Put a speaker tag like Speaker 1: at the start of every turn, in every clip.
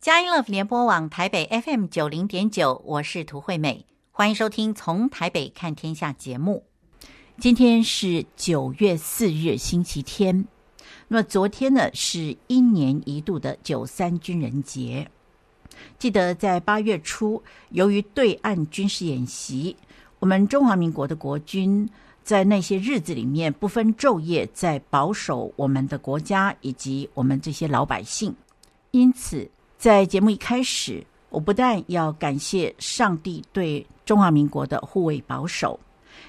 Speaker 1: 佳音 Love 联播网台北 FM 九零点九，我是涂惠美，欢迎收听《从台北看天下》节目。今天是九月四日，星期天。那么昨天呢，是一年一度的九三军人节。记得在八月初，由于对岸军事演习，我们中华民国的国军在那些日子里面不分昼夜，在保守我们的国家以及我们这些老百姓。因此，在节目一开始，我不但要感谢上帝对中华民国的护卫保守，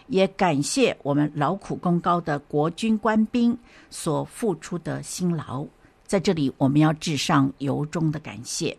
Speaker 1: 也感谢我们劳苦功高的国军官兵所付出的辛劳。在这里，我们要致上由衷的感谢。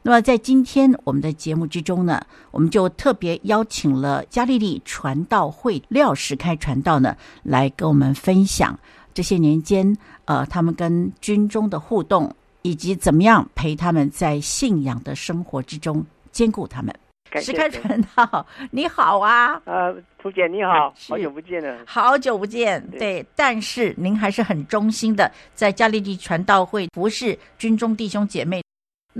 Speaker 1: 那么，在今天我们的节目之中呢，我们就特别邀请了加利利传道会廖石开传道呢，来跟我们分享这些年间，呃，他们跟军中的互动，以及怎么样陪他们在信仰的生活之中兼顾他们。
Speaker 2: 感
Speaker 1: 石
Speaker 2: 谢
Speaker 1: 开
Speaker 2: 神
Speaker 1: 传道， 你好啊！
Speaker 2: 啊，涂姐你好，
Speaker 1: 是
Speaker 2: 好久不见了。
Speaker 1: 好久不见，
Speaker 2: 对
Speaker 1: 对，但是您还是很忠心的在加利利传道会服侍军中弟兄姐妹。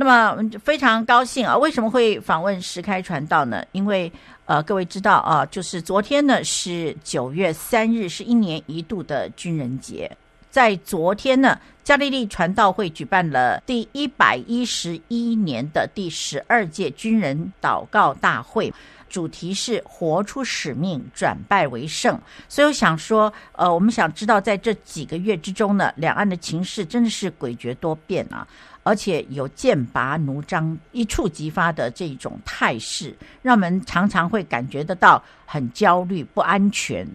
Speaker 1: 那么嗯非常高兴啊！为什么会访问石开传道呢？因为呃，各位知道啊，就是昨天呢是九月三日，是一年一度的军人节。在昨天呢，加利利传道会举办了第一百一十一年的第十二届军人祷告大会，主题是“活出使命，转败为胜”。所以我想说，呃，我们想知道，在这几个月之中呢，两岸的情势真的是诡谲多变啊，而且有剑拔弩张、一触即发的这种态势，让我们常常会感觉得到很焦虑、不安全。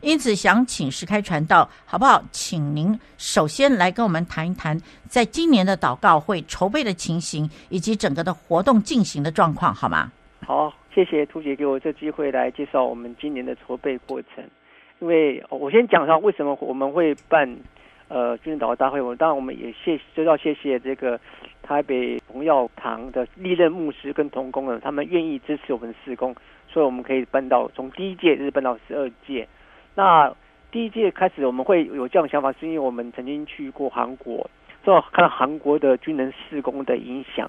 Speaker 1: 因此，想请石开传道，好不好？请您首先来跟我们谈一谈，在今年的祷告会筹备的情形，以及整个的活动进行的状况，好吗？
Speaker 2: 好，谢谢涂姐给我这机会来介绍我们今年的筹备过程。因为哦我先讲一下为什么我们会办呃军人导大会，我当然我们也谢就要谢谢这个台北荣耀堂的历任牧师跟童工呢，他们愿意支持我们施工，所以我们可以办到从第一届一直办到十二届。那第一届开始我们会有这样的想法，是因为我们曾经去过韩国，所以我看到韩国的军人施工的影响。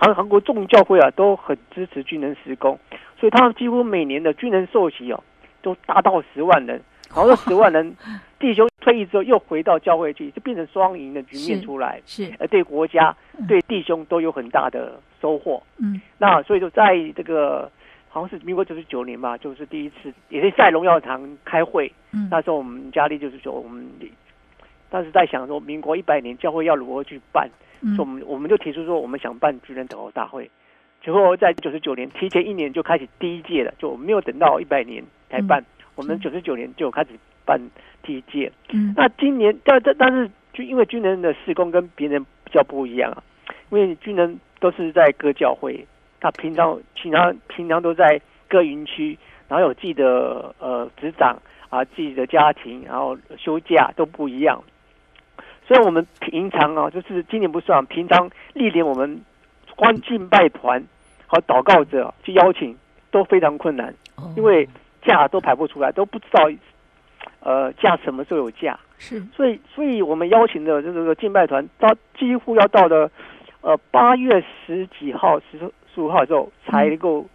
Speaker 2: 韩韩国众教会啊都很支持军人施工，所以他们几乎每年的军人受洗哦都达到十万人，然 后这十万人弟兄退役之后又回到教会去，就变成双赢的局面
Speaker 1: 是
Speaker 2: 出来，
Speaker 1: 是，
Speaker 2: 呃，对国家
Speaker 1: 嗯、
Speaker 2: 对弟兄都有很大的收获。
Speaker 1: 嗯，
Speaker 2: 那所以说，在这个好像是民国九十九年吧，就是第一次，也是在荣耀堂开会，
Speaker 1: 嗯，
Speaker 2: 那时候我们家里就是说我们。当时在想说，民国一百年教会要如何去办？
Speaker 1: 嗯
Speaker 2: 所以我们我们就提出说，我们想办军人等候大会，结果在九十九年提前一年就开始第一届了，就没有等到一百年才办，我们九十九年就开始办第一届。
Speaker 1: 嗯
Speaker 2: 那今年但但但是就因为军人的施工跟别人比较不一样啊，因为军人都是在各教会，他平常平常平常都在各营区，然后有自己的呃职掌啊，自己的家庭，然后休假都不一样。所以我们平常啊，就是今年不算，平常历年我们光敬拜团和祷告者去邀请都非常困难，
Speaker 1: 嗯
Speaker 2: 因为假都排不出来，都不知道呃假什么时候有假。
Speaker 1: 是
Speaker 2: 所以，所以我们邀请的这个敬拜团，到几乎要到了呃八月十几号、十十五号之后才能够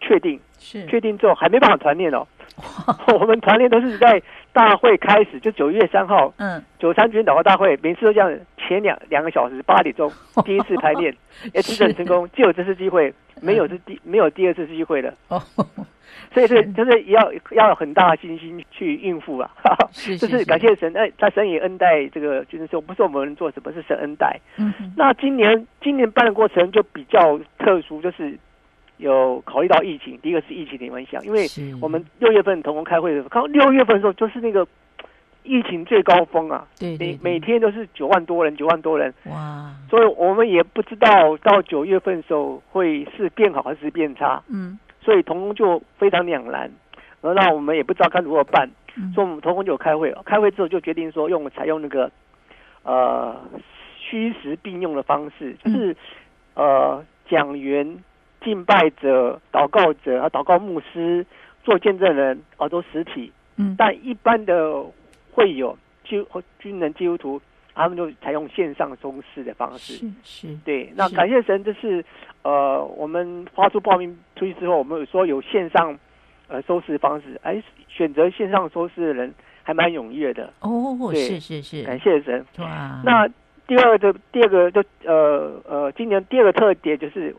Speaker 2: 确定。
Speaker 1: 是
Speaker 2: 确定之后还没办法团练哦， 我们团练都是在大会开始，就九月三号
Speaker 1: 嗯，
Speaker 2: 九三军祷告大会，每次都这样，前两两个小时八点钟 第一次 排练，也只准成功，就有这次机会，没有是第没有第二次机会了，
Speaker 1: 哦，
Speaker 2: 所以这
Speaker 1: 是
Speaker 2: 就是要要有很大的信心去应付啊。
Speaker 1: 是
Speaker 2: 就是感，谢神，哎，他神也恩待这个军人说，不是我们能做什么，是神恩待。
Speaker 1: 嗯哼
Speaker 2: 那今年今年办的过程就比较特殊，就是有考虑到疫情，第一个是疫情的影响，因为
Speaker 1: 是
Speaker 2: 我们六月份同工开会的时候，看到六月份的时候就是那个疫情最高峰啊，
Speaker 1: 对对
Speaker 2: 每
Speaker 1: 对
Speaker 2: 每天都是九万多人，九万多人，
Speaker 1: 哇，
Speaker 2: 所以我们也不知道到九月份的时候会是变好还是变差，
Speaker 1: 嗯
Speaker 2: 所以同工就非常两难，然后那我们也不知道该如何办。
Speaker 1: 嗯
Speaker 2: 所以我们同工就有开会了，开会之后就决定说用采用那个呃虚实并用的方式，就是、呃讲员、敬拜者、祷告者、啊祷告牧师、做见证人哦啊都实体，
Speaker 1: 嗯
Speaker 2: 但一般的会友、军军人基督徒他们就采用线上中式的方式。
Speaker 1: 是是，
Speaker 2: 对，那
Speaker 1: 是
Speaker 2: 感谢神，这是呃，我们发出报名出去之后，我们有说有线上呃收视方式，哎，选择线上收视的人还蛮踊跃的，
Speaker 1: 哦，
Speaker 2: 对
Speaker 1: 是是是，
Speaker 2: 感谢神。
Speaker 1: 哇，
Speaker 2: 那第二个第二个就呃呃，今年第二个特点就是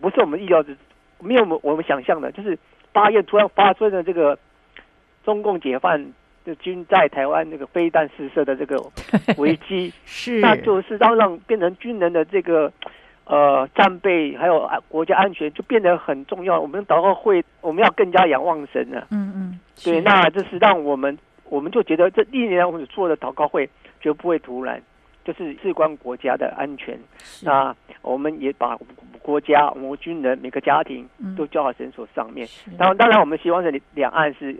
Speaker 2: 不是我们意料之，没有我们我们想象的，就是八月突然发生了这个中共解放的军在台湾那个飞弹试射的这个危机。
Speaker 1: 是，
Speaker 2: 那就是让让变成军人的这个呃战备，还有啊国家安全就变得很重要。我们祷告会，我们要更加仰望神了。
Speaker 1: 嗯嗯，
Speaker 2: 对，
Speaker 1: 是
Speaker 2: 那这是让我们我们就觉得这历年来我们做的祷告会绝不会突然，就是事关国家的安全。
Speaker 1: 是
Speaker 2: 那我们也把国家、我们军人每个家庭
Speaker 1: 嗯
Speaker 2: 都交好神所上面。
Speaker 1: 是
Speaker 2: 当然，当然我们希望是两岸是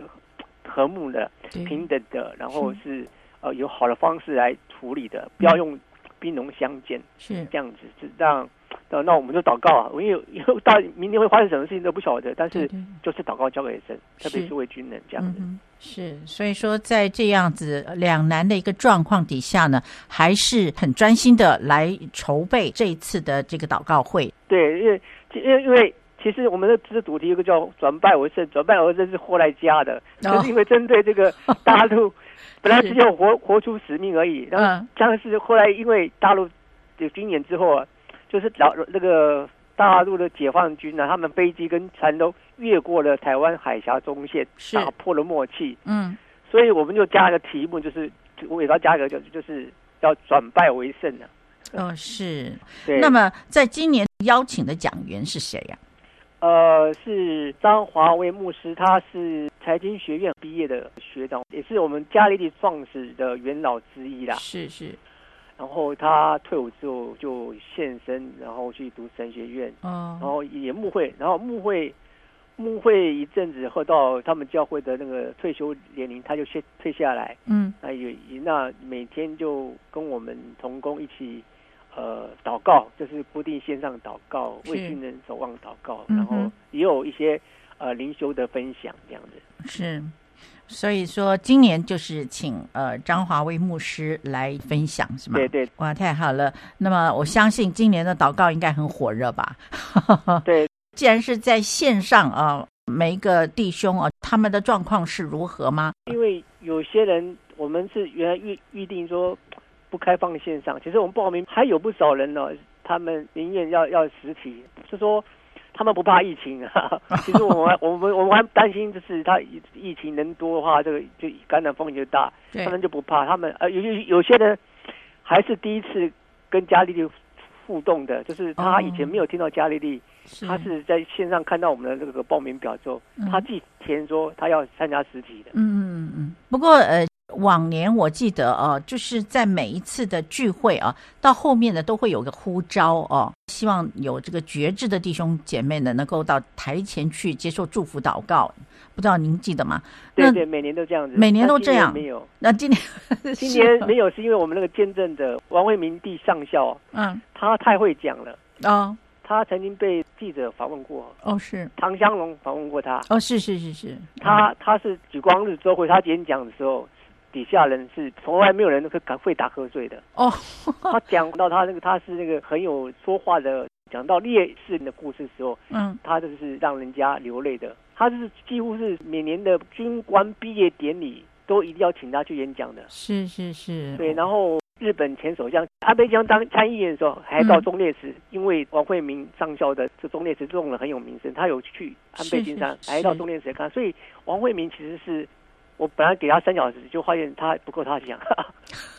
Speaker 2: 和睦的。
Speaker 1: 对
Speaker 2: 平等的，然后是呃有好的方式来处理的，不要用兵戎相见
Speaker 1: 是
Speaker 2: 这样子，是让呃那我们就祷告啊，因为 因为到底明天会发生什么事情都不晓得，但
Speaker 1: 对
Speaker 2: 是
Speaker 1: 对
Speaker 2: 就是祷告交给神，
Speaker 1: 是
Speaker 2: 特别是为军人这样
Speaker 1: 嗯
Speaker 2: 子。
Speaker 1: 哼，是，所以说在这样子呃两难的一个状况底下呢，还是很专心的来筹备这一次的这个祷告会。
Speaker 2: 对，因为因为因为其实我们的这主题有一个叫转败为胜，转败为胜是霍来加的，
Speaker 1: 哦
Speaker 2: 就是因为针对这个 大陆，本来只有活活出使命而已，然后
Speaker 1: 嗯，
Speaker 2: 但是后来因为大陆有军演之后啊，就是老那个大陆的解放军呢、他们飞机跟船都越过了台湾海峡中线，
Speaker 1: 是
Speaker 2: 打破了默契，
Speaker 1: 嗯，
Speaker 2: 所以我们就加一个题目，就是我也要加一个，就是就是要转败为胜啊。
Speaker 1: 哦，是。
Speaker 2: 对，
Speaker 1: 那么，在今年邀请的讲员是谁呀、
Speaker 2: 呃是张华为牧师，他是财经学院毕业的学长，也是我们嘉义地创始的元老之一啦。
Speaker 1: 是是，
Speaker 2: 然后他退伍之后就现身，然后去读神学院。然
Speaker 1: 哦，
Speaker 2: 后也牧会，然后牧会牧会一阵子后到他们教会的那个退休年龄，他就先退下来，
Speaker 1: 嗯，
Speaker 2: 那也也那每天就跟我们同工一起呃祷告，就是固定线上祷告，
Speaker 1: 是
Speaker 2: 为军人守望祷告，
Speaker 1: 嗯哼
Speaker 2: 然后也有一些呃灵修的分享这样子。
Speaker 1: 是。所以说，今年就是请呃张华为牧师来分享，是吗？
Speaker 2: 对对
Speaker 1: 哇，太好了！那么我相信今年的祷告应该很火热吧？
Speaker 2: 对，
Speaker 1: 既然是在线上啊，每一个弟兄啊，他们的状况是如何吗？
Speaker 2: 因为有些人我们是原来预预定说不开放线上，其实我们报名还有不少人呢、哦他们宁愿要要实体，是说他们不怕疫情啊。 其实我们还我们我们还担心，就是他疫疫情人多的话，这个就感染风险就大，
Speaker 1: 对
Speaker 2: 他们就不怕。他们呃有有有些人还是第一次跟加利利互动的，就是他以前没有听到加利利，
Speaker 1: 是
Speaker 2: 他是在线上看到我们的这个报名表之后，
Speaker 1: 嗯
Speaker 2: 他自己填说他要参加实体的。
Speaker 1: 嗯嗯嗯。不过呃，往年我记得哦、就是在每一次的聚会啊，到后面呢都会有个呼召哦、希望有这个觉知的弟兄姐妹呢，能够到台前去接受祝福祷告。不知道您记得吗？
Speaker 2: 对
Speaker 1: 那
Speaker 2: 对，每年都这样子，
Speaker 1: 每年
Speaker 2: 但
Speaker 1: 都
Speaker 2: 今
Speaker 1: 这样
Speaker 2: 没 有，
Speaker 1: 那今年
Speaker 2: 今
Speaker 1: 是 啊
Speaker 2: 年没有是因为我们那个见证的王惠明弟上校，
Speaker 1: 嗯
Speaker 2: 他太会讲了。
Speaker 1: 哦
Speaker 2: 他曾经被记者访问过，
Speaker 1: 哦是
Speaker 2: 唐湘龙访问过他。
Speaker 1: 哦是是是是嗯
Speaker 2: 他他是举光日周会，他演讲的时候，底下人是从来没有人会敢会打瞌睡的。
Speaker 1: 哦
Speaker 2: 他讲到他那个他是那个很有说话的，讲到烈士的故事的时候，
Speaker 1: 嗯
Speaker 2: 他就是让人家流泪的。他就是几乎是每年的军官毕业典礼都一定要请他去演讲的。
Speaker 1: 是是是
Speaker 2: 对，然后日本前首相安倍将当参议员的时候，还
Speaker 1: 嗯
Speaker 2: 到中烈祠，因为王惠明上校的这中烈祠弄了很有名声，他有去安倍晋三
Speaker 1: 是，是
Speaker 2: 还到中烈祠看，所以王惠明其实是我本来给他三小时，就发现他不够他讲。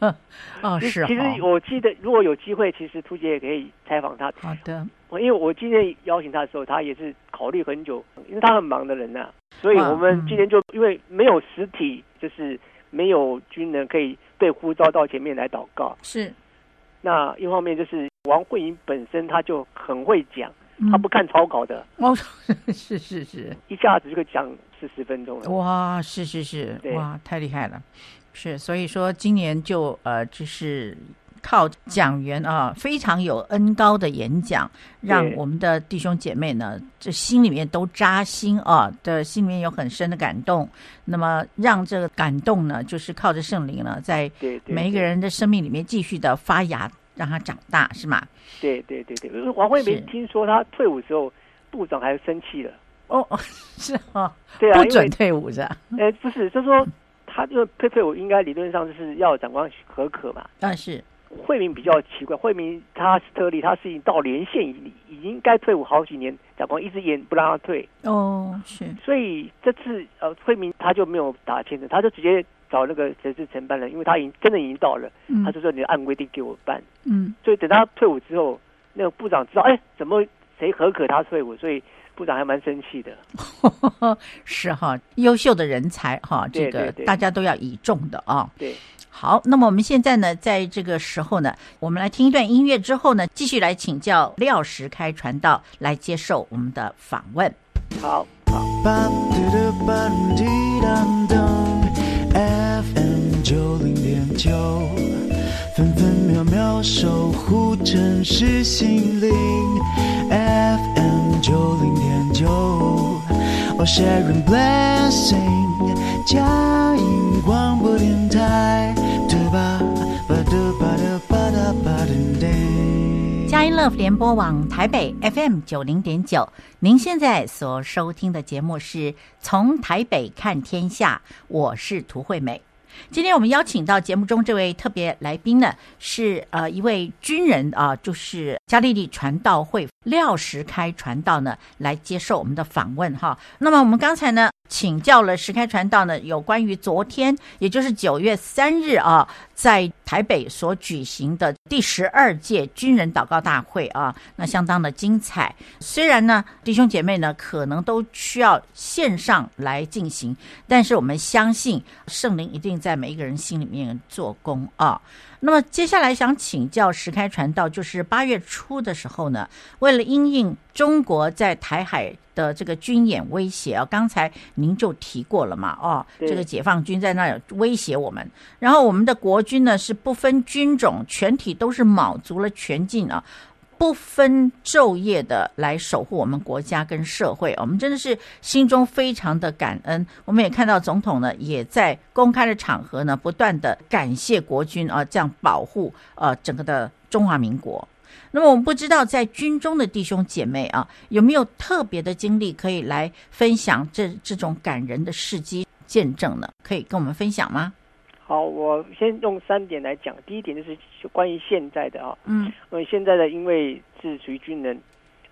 Speaker 1: 哦是
Speaker 2: 其实
Speaker 1: 哦
Speaker 2: 我记得，如果有机会，其实突姐也可以采访他，
Speaker 1: 好的。
Speaker 2: 我因为我今天邀请他的时候，他也是考虑很久，因为他很忙的人呐、所以
Speaker 1: 哇嗯
Speaker 2: 我们今天就因为没有实体，就是没有军人可以被呼召到前面来祷告。
Speaker 1: 是，
Speaker 2: 那一方面就是王慧莹本身她就很会讲，
Speaker 1: 嗯
Speaker 2: 她不看草稿的，
Speaker 1: 哦， 是是是，
Speaker 2: 一下子就可以讲四十分钟了。
Speaker 1: 哇，是是是，
Speaker 2: 对
Speaker 1: 哇，太厉害了，是，所以说今年就呃，就是靠讲员啊非常有恩高的演讲，让
Speaker 2: 对
Speaker 1: 我们的弟兄姐妹呢，这心里面都扎心啊，的心里面有很深的感动。那么让这个感动呢，就是靠着圣灵呢，在
Speaker 2: 对对，
Speaker 1: 每一个人的生命里面继续的发芽，让它长大，是吗？
Speaker 2: 对对对对，对王惠
Speaker 1: 是
Speaker 2: 明听说他退伍之后，部长还生气了。
Speaker 1: 哦， 是哦，
Speaker 2: 对啊，
Speaker 1: 不
Speaker 2: 因
Speaker 1: 准
Speaker 2: 为
Speaker 1: 退伍是吧？
Speaker 2: 呃，不是，就说他就佩佩，我应该理论上就是要长官合可嘛。
Speaker 1: 但啊是
Speaker 2: 惠民比较奇怪，惠民他是特例，他是已经到连线已已经该退伍好几年，长官一直延不让他退，
Speaker 1: 哦，是
Speaker 2: 所以这次呃惠民他就没有打签证，他就直接找那个责任承办人，因为他已经真的已经到了，
Speaker 1: 嗯
Speaker 2: 他就说你按规定给我办，
Speaker 1: 嗯
Speaker 2: 所以等他退伍之后，那个部长知道，哎，怎么谁合可他退伍，所以部长还蛮生气的。
Speaker 1: 是哈，优秀的人才哈，这
Speaker 2: 对
Speaker 1: 个
Speaker 2: 对对
Speaker 1: 大家都要倚重的啊。
Speaker 2: 对，
Speaker 1: 好，那么我们现在呢，在这个时候呢，我们来听一段音乐之后呢，继续来请教廖石开传道来接受我们的访问。
Speaker 2: 好，好。
Speaker 3: Bum, doo-doo, bum, dee-dum-dum FM 九零点九，分分秒秒守护城市心灵。FM 九零点九，Oh sharing blessing，嘉音广播电台，对吧？巴嘟巴嘟巴哒巴嘟嘟。
Speaker 1: 佳音 Love 联播网台北 FM 九零点九，您现在所收听的节目是《从台北看天下》，我是涂惠美。今天我们邀请到节目中这位特别来宾呢，是呃一位军人啊、就是加利利传道会廖石开传道呢来接受我们的访问哈。那么我们刚才呢请教了石开传道呢有关于昨天，也就是九月三日啊，在台北所举行的第十二届军人祷告大会啊，那相当的精彩。虽然呢，弟兄姐妹呢可能都需要线上来进行，但是我们相信圣灵一定在每一个人心里面做工啊。那么接下来想请教石开传道，就是八月初的时候呢，为了因应中国在台海的这个军演威胁啊，刚才您就提过了嘛，哦，
Speaker 2: 对
Speaker 1: 这个解放军在那儿威胁我们，然后我们的国军呢是不分军种，全体都是卯足了全劲啊，不分昼夜的来守护我们国家跟社会，我们真的是心中非常的感恩。我们也看到总统呢，也在公开的场合呢，不断的感谢国军啊，这样保护呃整个的中华民国。那么我们不知道在军中的弟兄姐妹啊，有没有特别的经历可以来分享这这种感人的事迹见证呢？可以跟我们分享吗？
Speaker 2: 好，我先用三点来讲。第一点就是关于现在的啊，
Speaker 1: 嗯
Speaker 2: 因为现在的因为是属于军人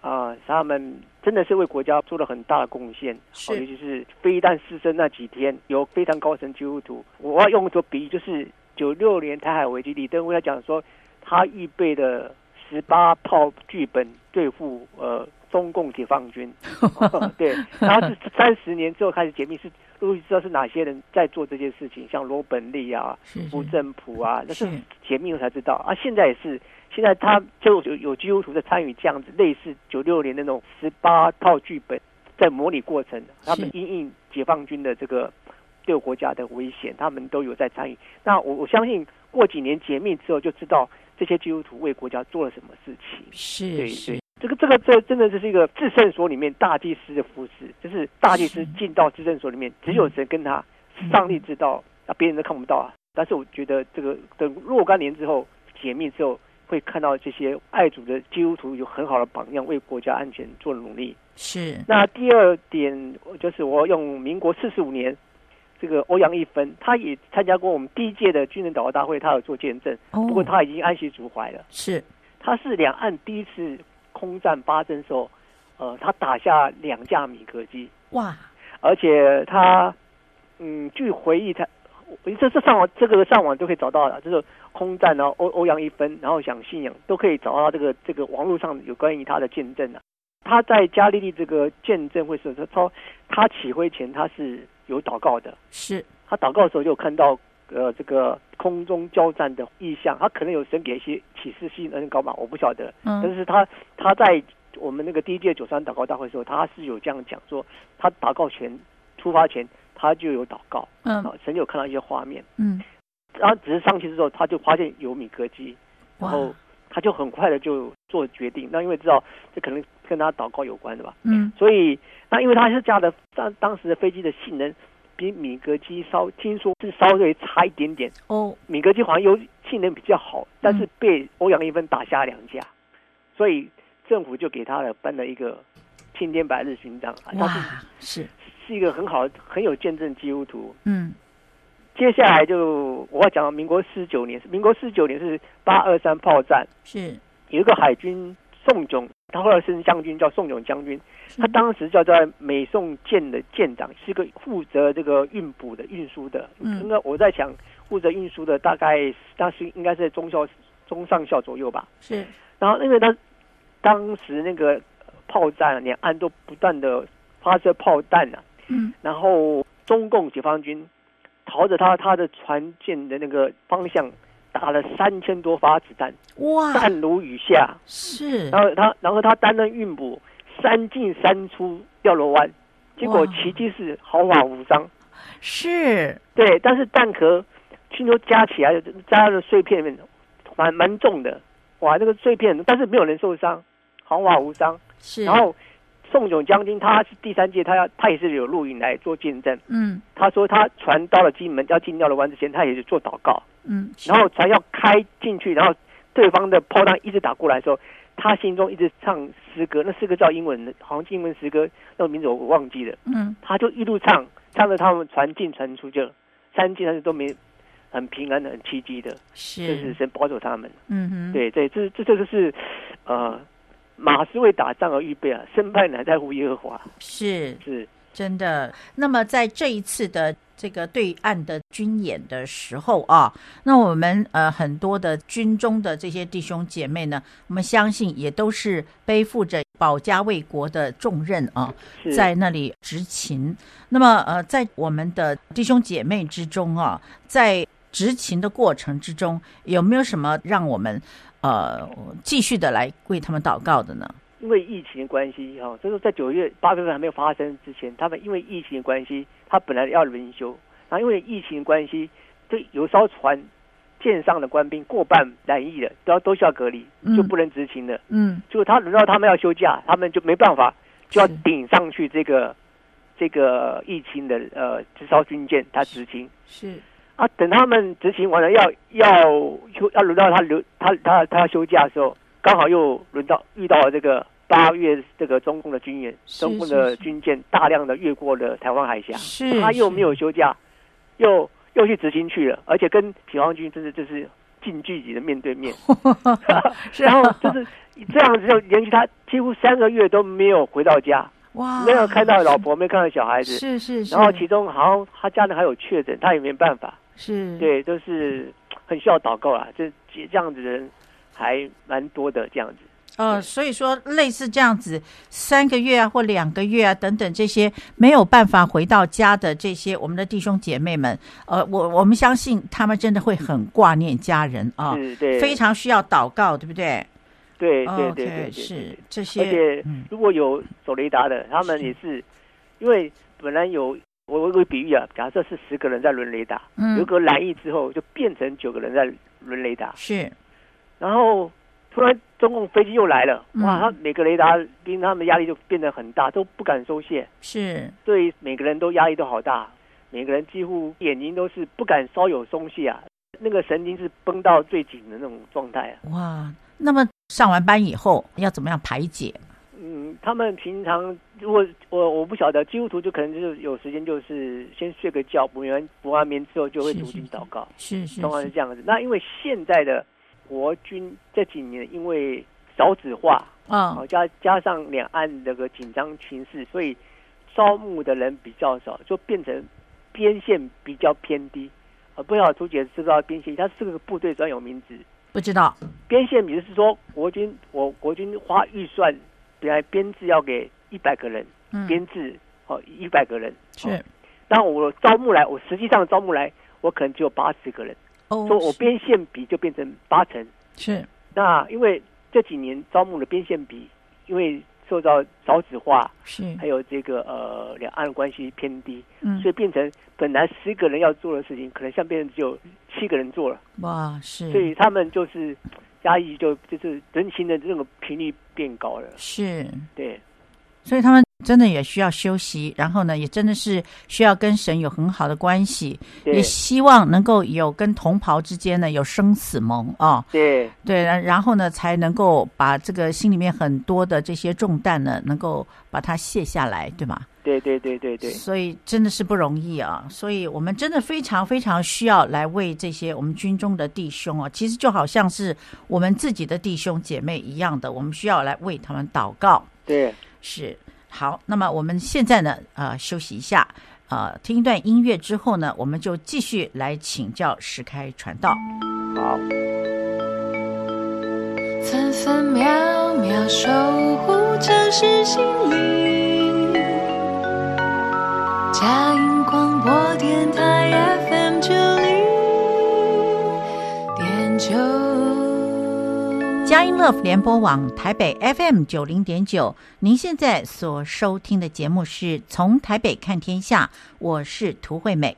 Speaker 2: 啊、他们真的是为国家做了很大的贡献，
Speaker 1: 是
Speaker 2: 哦尤其是飞弹失身那几天，有非常高层基督徒。我要用一个比喻，就是九六年台海危机，李登辉他讲说，他预备的十八套剧本对付呃中共解放军，哦对，然后是三十年之后开始解密，是陆续知道是哪些人在做这件事情，像罗本利啊、
Speaker 1: 是
Speaker 2: 吴政普啊，那是
Speaker 1: 是
Speaker 2: 解密后才知道啊。现在也是，现在他就有有基督徒在参与这样子类似九六年那种十八套剧本在模拟过程，他们因应解放军的这个对国家的危险，他们都有在参与。那我我相信过几年解密之后就知道这些基督徒为国家做了什么事情。
Speaker 1: 是
Speaker 2: 对
Speaker 1: 是
Speaker 2: 对，这个这个这真的就是一个至圣所里面大祭司的服饰，就是大祭司进到至圣所里面，只有神跟他上帝知道，啊，别人都看不到啊。但是我觉得这个等若干年之后解密之后，会看到这些爱主的基督徒有很好的榜样，为国家安全做努力。
Speaker 1: 是，
Speaker 2: 那第二点就是我用民国四十五年。这个欧阳一芬，他也参加过我们第一届的军人祷告大会，他有做见证，
Speaker 1: 哦
Speaker 2: 不过他已经安息主怀了。
Speaker 1: 是
Speaker 2: 他是两岸第一次空战八阵时候，呃，他打下两架米格机，
Speaker 1: 哇，
Speaker 2: 而且他，嗯，据回忆他，我这这上网这个上网都可以找到的，就是空战，然后欧欧阳一芬，然后想信仰，都可以找到这个这个网络上有关于他的见证啊。他在加利利这个见证会时，他说他起飞前他是有祷告的，
Speaker 1: 是
Speaker 2: 他祷告的时候就有看到呃这个空中交战的意象，他可能有神给一些启示性恩高吧，我不晓得。但
Speaker 1: 嗯
Speaker 2: 是他他在我们那个第一届九三祷告大会的时候，他是有这样讲说，他祷告前出发前他就有祷告，啊
Speaker 1: 嗯，
Speaker 2: 神有看到一些画面，啊
Speaker 1: 嗯
Speaker 2: 然后只是上去之后他就发现有米格机，然后
Speaker 1: 哇
Speaker 2: 他就很快的就做决定。那因为知道这可能跟他祷告有关的吧，
Speaker 1: 嗯
Speaker 2: 所以那因为他是架的当当时的飞机的性能比米格机稍听说是稍微差一点点，
Speaker 1: 哦
Speaker 2: 米格机好像有性能比较好，但是被欧阳一芬打下两架，所以政府就给他了颁了一个青天白日勋章，他是
Speaker 1: 哇是
Speaker 2: 是一个很好很有见证基督徒。
Speaker 1: 嗯
Speaker 2: 接下来就我要讲到民国四十九年，民国四十九年是八二三炮战，
Speaker 1: 是
Speaker 2: 有一个海军宋炯，他后来升将军，叫宋炯将军。
Speaker 1: 是
Speaker 2: 他当时叫在美宋舰的舰长，是个负责这个运补的、运输的。
Speaker 1: 嗯
Speaker 2: 应该我在想，负责运输的大概当时应该是在中校、中上校左右吧。
Speaker 1: 是
Speaker 2: 然后因为他当时那个炮战，两岸都不断的发射炮弹啊，
Speaker 1: 嗯
Speaker 2: 然后中共解放军朝着他他的船舰的那个方向打了三千多发子弹，
Speaker 1: 哇
Speaker 2: 弹如雨下。
Speaker 1: 是
Speaker 2: 然后他，然后他担任运补，三进三出掉楼湾，结果
Speaker 1: 哇
Speaker 2: 奇迹是毫发无伤。
Speaker 1: 是
Speaker 2: 对，但是弹壳听说加起来加了碎片里面，蛮蛮重的，哇，那个碎片，但是没有人受伤，毫发无伤。
Speaker 1: 是，
Speaker 2: 然后宋炯将军他是第三届，他要他也是有录影来做见证。
Speaker 1: 嗯
Speaker 2: 他说他船到了金门要进掉楼湾之前，他也是做祷告，
Speaker 1: 嗯是
Speaker 2: 然后船要开进去，然后对方的炮弹一直打过来的时候，他心中一直唱诗歌，那诗歌叫英文的，好像是英文诗歌，那个名字我忘记了。
Speaker 1: 嗯
Speaker 2: 他就一路唱，唱着他们船进船出就三进三出都没很平安的、很奇迹的，就是
Speaker 1: 是
Speaker 2: 神保守他们。
Speaker 1: 嗯哼
Speaker 2: 对对，这这这就是呃，马是为打仗而预备啊，胜败乃在乎耶和华。
Speaker 1: 是
Speaker 2: 是
Speaker 1: 真的。那么在这一次的这个对岸的军演的时候啊，那我们呃很多的军中的这些弟兄姐妹呢，我们相信也都是背负着保家卫国的重任啊，
Speaker 2: 是
Speaker 1: 在那里执勤。那么呃，在我们的弟兄姐妹之中啊，在执勤的过程之中，有没有什么让我们呃继续的来为他们祷告的呢？
Speaker 2: 因为疫情的关系哈、就是在九月八月份还没有发生之前，他们因为疫情的关系，他本来要轮休，然后因为疫情的关系，这有艘船舰上的官兵过半染疫了，都要都需要隔离
Speaker 1: 嗯，
Speaker 2: 就不能执勤了。
Speaker 1: 嗯，
Speaker 2: 结果他轮到他们要休假，他们就没办法，就要顶上去这个这个疫情的呃这艘军舰，他执勤。
Speaker 1: 是
Speaker 2: 啊，等他们执行完了，要要休要轮到他留他他他要休假的时候，刚好又轮到遇到了这个八月这个中共的军演，
Speaker 1: 是
Speaker 2: 中共
Speaker 1: 是是
Speaker 2: 的军舰大量的越过了台湾海峡，
Speaker 1: 是
Speaker 2: 他又
Speaker 1: 是
Speaker 2: 没有休假，又又去执行去了，而且跟解放军真的就是近距离的面对面，
Speaker 1: 是啊
Speaker 2: 然后就是这样子就连续他几乎三个月都没有回到家，
Speaker 1: 哇，
Speaker 2: 没有看到老婆，没有看到小孩子，
Speaker 1: 啊是是是，
Speaker 2: 然后其中好像他家人还有确诊，他也没办法。
Speaker 1: 是，
Speaker 2: 对，都是很需要祷告啦。这这样子的人还蛮多的，这样子。
Speaker 1: 呃，所以说类似这样子，三个月啊或两个月啊等等这些没有办法回到家的这些我们的弟兄姐妹们，呃，我我们相信他们真的会很挂念家人啊，
Speaker 2: 是，对，
Speaker 1: 非常需要祷告，对不对？哦
Speaker 2: 对，对，对，对，对
Speaker 1: OK，是
Speaker 2: 对
Speaker 1: 这些，
Speaker 2: 而且
Speaker 1: 嗯
Speaker 2: 如果有走雷达的，他们也是，因为本来有我我有个比喻啊，假设是十个人在轮雷达，有
Speaker 1: 嗯，
Speaker 2: 个蓝疫之后就变成九个人在轮雷达，
Speaker 1: 是
Speaker 2: 然后突然中共飞机又来了，哇，
Speaker 1: 嗯
Speaker 2: 他每个雷达兵他们的压力就变得很大，都不敢松懈。
Speaker 1: 是，
Speaker 2: 对每个人都压力都好大，每个人几乎眼睛都是不敢稍有松懈啊，那个神经是绷到最紧的那种状态啊。
Speaker 1: 哇，那么上完班以后要怎么样排解？
Speaker 2: 嗯，他们平常如果我我不晓得，基督徒就可能就是有时间就是先睡个觉，补完补完眠之后就会
Speaker 1: 是
Speaker 2: 读
Speaker 1: 是
Speaker 2: 经祷告，
Speaker 1: 是是
Speaker 2: 通常是
Speaker 1: 是，
Speaker 2: 这样子。那因为现在的国军这几年因为少子化，
Speaker 1: 嗯
Speaker 2: 哦，加加上两岸这个紧张情势，所以招募的人比较少，就变成边线比较偏低。呃，不知道朱姐知不知道边线，它是个部队专有名词。
Speaker 1: 不知道，
Speaker 2: 边线，比如是说国军，我国军花预算本来编制要给一百个人，
Speaker 1: 嗯，
Speaker 2: 编制哦一百个人，
Speaker 1: 是
Speaker 2: 但我招募来，我实际上招募来，我可能只有八十个人，
Speaker 1: 哦，
Speaker 2: 所以我
Speaker 1: 是
Speaker 2: 边线比就变成八成。
Speaker 1: 是
Speaker 2: 那因为这几年招募的边线比，因为受到少子化，
Speaker 1: 是，
Speaker 2: 还有这个呃两岸关系偏低，
Speaker 1: 嗯
Speaker 2: 所以变成本来十个人要做的事情，可能像变成只有七个人做了，
Speaker 1: 哇是，
Speaker 2: 所以他们就是嘉义就就是人情的这种频率变高了，
Speaker 1: 是，
Speaker 2: 对，
Speaker 1: 所以他们真的也需要休息，然后呢，也真的是需要跟神有很好的关系，
Speaker 2: 对
Speaker 1: 也希望能够有跟同袍之间呢有生死盟啊、
Speaker 2: 对
Speaker 1: 对，然然后呢，才能够把这个心里面很多的这些重担呢，能够把它卸下来，对吗？
Speaker 2: 对对对对对
Speaker 1: 所以真的是不容易啊！所以我们真的非常非常需要来为这些我们军中的弟兄啊，其实就好像是我们自己的弟兄姐妹一样的，我们需要来为他们祷告。
Speaker 2: 对，
Speaker 1: 是，好，那么我们现在呢，呃，休息一下，呃，听一段音乐之后呢，我们就继续来请教石开传道。
Speaker 2: 好。
Speaker 1: 嗯
Speaker 4: 分分秒秒守护城市心灵。嘉音广播电台 FM 九零点九。
Speaker 1: 佳音 Love 联播网台北 FM 九零点九，您现在所收听的节目是《从台北看天下》，我是涂惠美。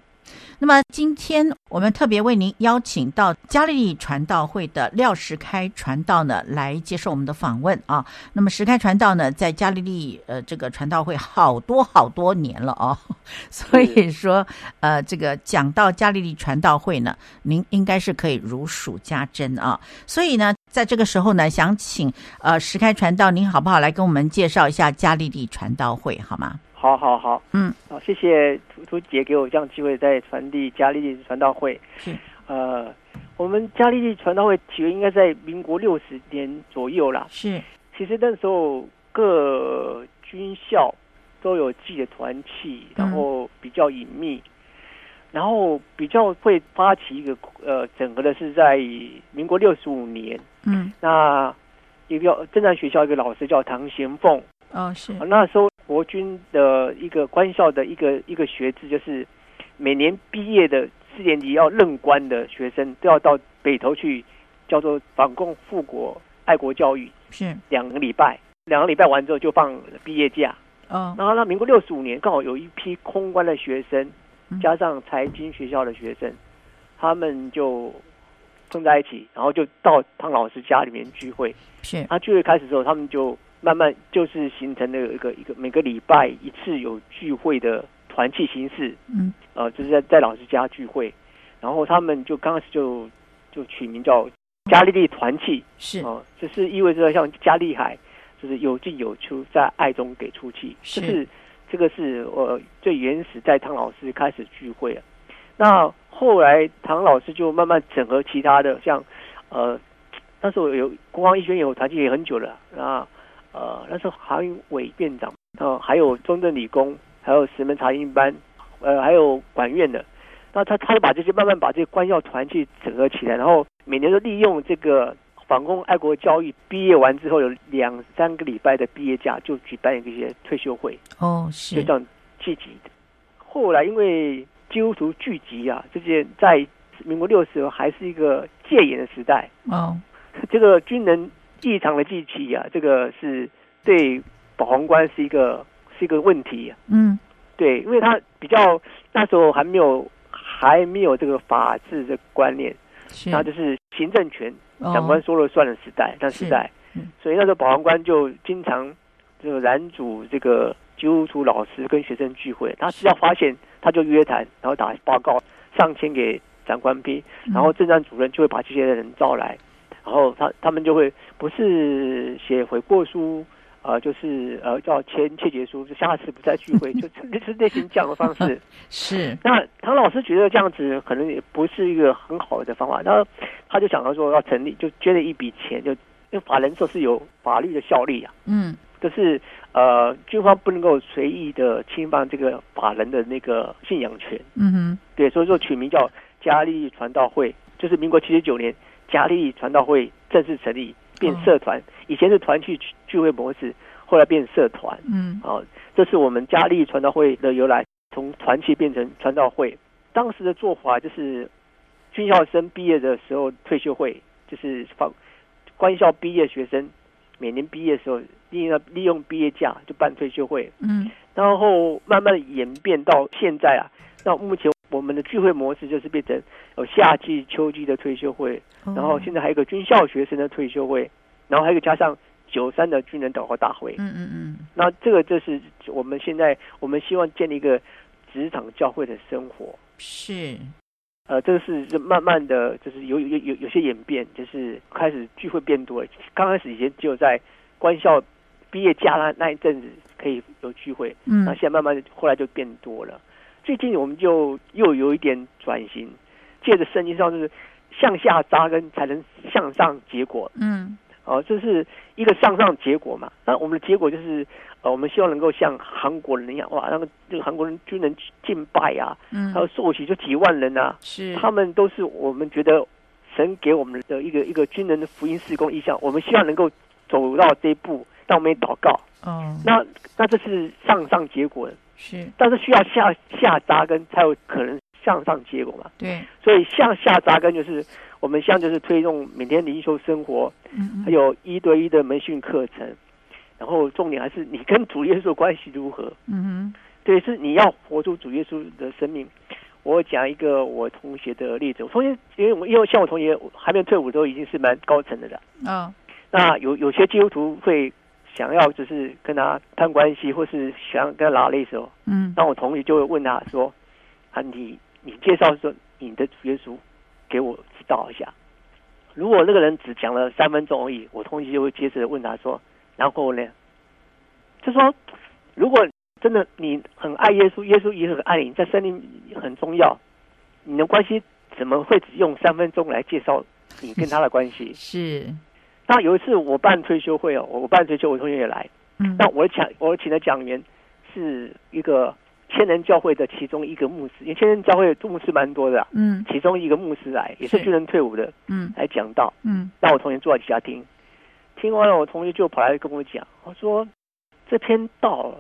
Speaker 1: 那么今天我们特别为您邀请到嘉利利传道会的廖石开传道呢，来接受我们的访问啊。那么石开传道呢，在嘉利利呃这个传道会好多好多年了哦， 所以说呃这个讲到嘉利利传道会呢，您应该是可以如数家珍啊。所以呢，在这个时候呢，想请呃石开传道您好不好来跟我们介绍一下嘉利利传道会好吗？
Speaker 2: 好好好，
Speaker 1: 嗯，
Speaker 2: 好，谢谢图图姐给我这样机会再传递嘉利利传道会。
Speaker 1: 是，
Speaker 2: 呃，我们嘉利利传道会起源应该在民国六十年左右啦。
Speaker 1: 是
Speaker 2: 其实那时候各军校都有自己的团体，
Speaker 1: 嗯
Speaker 2: 然后比较隐秘，然后比较会发起一个呃，整个的是在民国六十五年，
Speaker 1: 嗯
Speaker 2: 那一个正在学校一个老师叫唐贤凤，
Speaker 1: 哦是
Speaker 2: 啊那时候国军的一个官校的一个一个学制，就是每年毕业的四年级要任官的学生，都要到北投去，叫做反共复国爱国教育
Speaker 1: 是
Speaker 2: 两个礼拜，两个礼拜完之后就放毕业假。
Speaker 1: 哦
Speaker 2: 然后呢，民国六十五年刚好有一批空官的学生
Speaker 1: 嗯，
Speaker 2: 加上财经学校的学生，他们就碰在一起，然后就到汤老师家里面聚会。
Speaker 1: 是
Speaker 2: 他聚会开始之后，他们就慢慢就是形成了一个一个每个礼拜一次有聚会的团契形式，
Speaker 1: 嗯
Speaker 2: 呃，就是在在老师家聚会，然后他们就刚开始就就取名叫加利利团契，
Speaker 1: 是
Speaker 2: 哦、这是意味着像加利海，就是有进有出，在爱中给出气，
Speaker 1: 是
Speaker 2: 这是呃这个是我、呃最原始在唐老师开始聚会了。那后来唐老师就慢慢整合其他的，像呃那时候有国防医学院有团契也很久了，那呃那时候还有韦院长，呃还有中正理工，还有石门查经班，呃还有管院的，那他他就把这些慢慢把这些官校团去整合起来，然后每年都利用这个反共爱国教育，毕业完之后有两三个礼拜的毕业假，就举办一些退休会，
Speaker 1: 哦
Speaker 2: 就是这样聚集的。后来因为基督徒聚集啊，这些在民国六十还是一个戒严的时代，
Speaker 1: 哦
Speaker 2: 这个军人异常的聚集啊，这个是对保皇官是一个是一个问题、啊。
Speaker 1: 嗯
Speaker 2: 对，因为他比较那时候还没有还没有这个法治的观念，
Speaker 1: 是
Speaker 2: 那就是行政权
Speaker 1: 哦
Speaker 2: 长官说了算的时代，那时代
Speaker 1: 是嗯，
Speaker 2: 所以那时候保皇官就经常就拦阻这个基督徒老师跟学生聚会，他只要发现他就约谈，然后打报告上签给长官批，
Speaker 1: 嗯
Speaker 2: 然后政战主任就会把这些人招来，然后他他们就会不是写悔过书，呃，就是呃叫签切结书，就下次不再聚会，就 就是类型这样的方式。
Speaker 1: 是
Speaker 2: 那唐老师觉得这样子可能也不是一个很好的方法，然后他就想到说要成立，就捐了一笔钱，就因为法人说是有法律的效力啊，
Speaker 1: 嗯
Speaker 2: 就是呃军方不能够随意的侵犯这个法人的那个信仰权。
Speaker 1: 嗯哼
Speaker 2: 对，所以说取名叫嘉利传道会，啊就是民国七十九年嘉利传道会正式成立，变社团。以前是团聚聚会模式，后来变社团。
Speaker 1: 嗯
Speaker 2: 哦，这是我们嘉利传道会的由来，从团契变成传道会。当时的做法就是，军校生毕业的时候退休会，就是放官校毕业学生每年毕业的时候，利用利用毕业假就办退休会，
Speaker 1: 嗯
Speaker 2: 然后慢慢演变到现在啊，那目前我们的聚会模式就是变成有夏季、秋季的退休会，
Speaker 1: 嗯
Speaker 2: 然后
Speaker 1: 哦
Speaker 2: 现在还有一个军校学生的退休会，然后还有一个加上九三的军人祷告大会。
Speaker 1: 嗯嗯嗯，
Speaker 2: 那这个就是我们现在我们希望建立一个职场教会的生活。
Speaker 1: 是，
Speaker 2: 呃，这个是这慢慢的就是有有有有些演变，就是开始聚会变多了。刚开始以前只有在官校毕业假那那一阵子可以有聚会，
Speaker 1: 嗯
Speaker 2: 那现在慢慢的后来就变多了。最近我们就又有一点转型，借着圣经上就是向下扎根才能向上结果
Speaker 1: 嗯
Speaker 2: 哦、这是一个向上结果嘛。那我们的结果就是呃，我们希望能够像韩国人一样，哇，那个那个韩国人军人敬拜啊，
Speaker 1: 嗯
Speaker 2: 还，有受洗就几万人啊，
Speaker 1: 是，
Speaker 2: 他们都是我们觉得神给我们的一个一个军人的福音事工意向，我们希望能够走到这一步，但我们也祷告。
Speaker 1: 哦，
Speaker 2: 那那这是上上结果，
Speaker 1: 是
Speaker 2: 但是需要下下扎根才有可能向上结果嘛。
Speaker 1: 对，
Speaker 2: 所以向下扎根就是我们向就是推动每天灵修生活，
Speaker 1: 嗯
Speaker 2: 还有一对一的门训课程，然后重点还是你跟主耶稣的关系如何。
Speaker 1: 嗯
Speaker 2: 对，是你要活出主耶稣的生命。我讲一个我同学的例子，我同学因为我因为像我同学还没有退伍都已经是蛮高层的了。
Speaker 1: 哼，哦，
Speaker 2: 那有有些基督徒会想要就是跟他攀关系，或是想跟他拉勒手。
Speaker 1: 嗯？
Speaker 2: 那我同学就会问他说：“啊，你你介绍说你的主耶稣给我指导一下。”如果那个人只讲了三分钟而已，我同学就会接着问他说：“然后呢？”就说如果真的你很爱耶稣，耶稣也很爱你，在森林很重要，你的关系怎么会只用三分钟来介绍你跟他的关系
Speaker 1: 是，
Speaker 2: 那有一次我办退休会哦，我我办退休，我同学也来，
Speaker 1: 嗯
Speaker 2: 那我讲，我请的讲员是一个千人教会的其中一个牧师，因为千人教会牧师蛮多的、啊，
Speaker 1: 嗯
Speaker 2: 其中一个牧师来也是
Speaker 1: 是
Speaker 2: 军人退伍的
Speaker 1: 嗯
Speaker 2: 来讲到，
Speaker 1: 嗯
Speaker 2: 让我同学坐在底下听，听完了我同学就跑来跟我讲，他说这篇道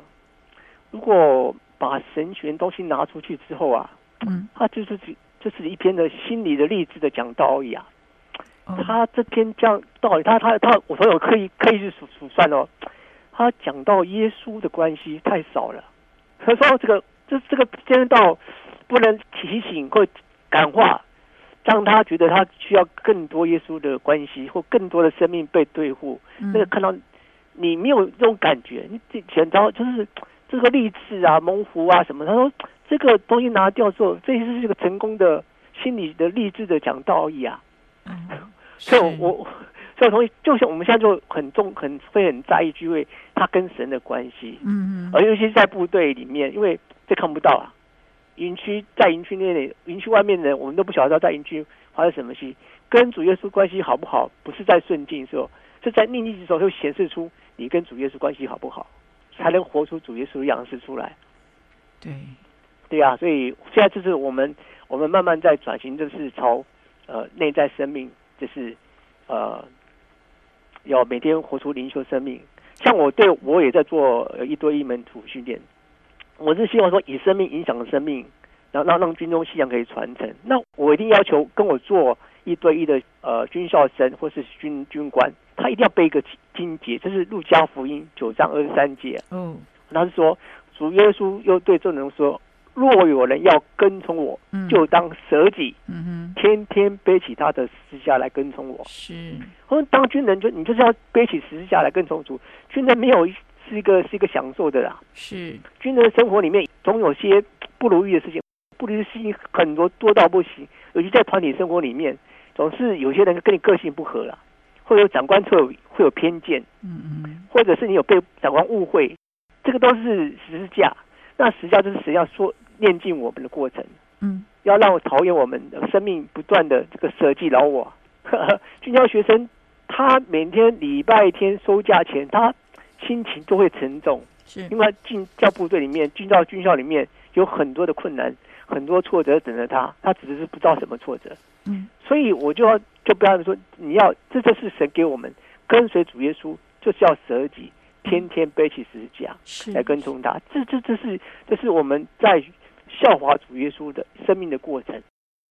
Speaker 2: 如果把神学东西拿出去之后啊，
Speaker 1: 嗯，
Speaker 2: 它就是就是一篇的心理的励志的讲道而已啊，
Speaker 4: 嗯
Speaker 1: 哦
Speaker 2: 他这篇讲道理，他他他，我朋友刻意刻意去数数算哦，他讲到耶稣的关系太少了。他说这个这这个这篇道不能提醒或感化，让他觉得他需要更多耶稣的关系或更多的生命被对付。
Speaker 1: 嗯
Speaker 2: 那个看到你没有这种感觉，你这全招就是这个励志啊、猛虎啊什么。他说这个东西拿掉之后，这就是一个成功的心理的励志的讲道而已啊。
Speaker 1: 哦
Speaker 2: 所以
Speaker 1: 是
Speaker 2: 我 我所以我同意，就像我们现在就很重很会很在意聚会他跟神的关系，
Speaker 1: 嗯
Speaker 2: 而尤其是在部队里面，因为这看不到啊。营区在营区内里，营区外面的人我们都不晓得在营区发生什么事。跟主耶稣关系好不好，不是在顺境的时候，是在逆境的时候，就显示出你跟主耶稣关系好不好，才能活出主耶稣的样式出来。
Speaker 1: 对
Speaker 2: 对啊，所以现在就是我们我们慢慢在转型，就是朝呃内在生命，就是呃要每天活出灵修生命。像我对我也在做呃一对一门徒训练，我是希望说以生命影响生命，然后让让军中信仰可以传承。那我一定要求跟我做一对一的呃军校生或是军军官，他一定要背一个经节，这是路加福音九章二十三节。
Speaker 1: 哦
Speaker 2: 他是说，主耶稣又对众人说：“若有人要跟从我，
Speaker 1: 嗯
Speaker 2: 就当舍己，
Speaker 1: 嗯哼
Speaker 2: 天天背起他的十字架来跟从我。
Speaker 1: 是”
Speaker 2: 我说，当军人就你就是要背起十字架来跟从主。军人没有是一个是一个享受的啦，
Speaker 1: 是
Speaker 2: 军人生活里面总有些不如意的事情，不如意的事情很多多到不行，尤其在团体生活里面，总是有些人跟你个性不合啦，会有长官会有会有偏见。
Speaker 1: 嗯嗯
Speaker 2: 或者是你有被长官误会，这个都是十字架。那十字架就是神要说念进我们的过程，
Speaker 1: 嗯
Speaker 2: 要让我陶冶我们的生命不断的这个舍己饶我。军校学生他每天礼拜天收假前，他心情都会沉重，
Speaker 1: 是
Speaker 2: 因为他进到部队里面，进到军校里面有很多的困难，很多挫折等着他，他只是不知道什么挫折。
Speaker 1: 嗯
Speaker 2: 所以我就要就不要说你要，这就是神给我们跟随主耶稣，就是要舍己，天天背起十字架
Speaker 1: 嗯是
Speaker 2: 来跟从他。这这这是这是我们在效法主耶稣的生命的过程，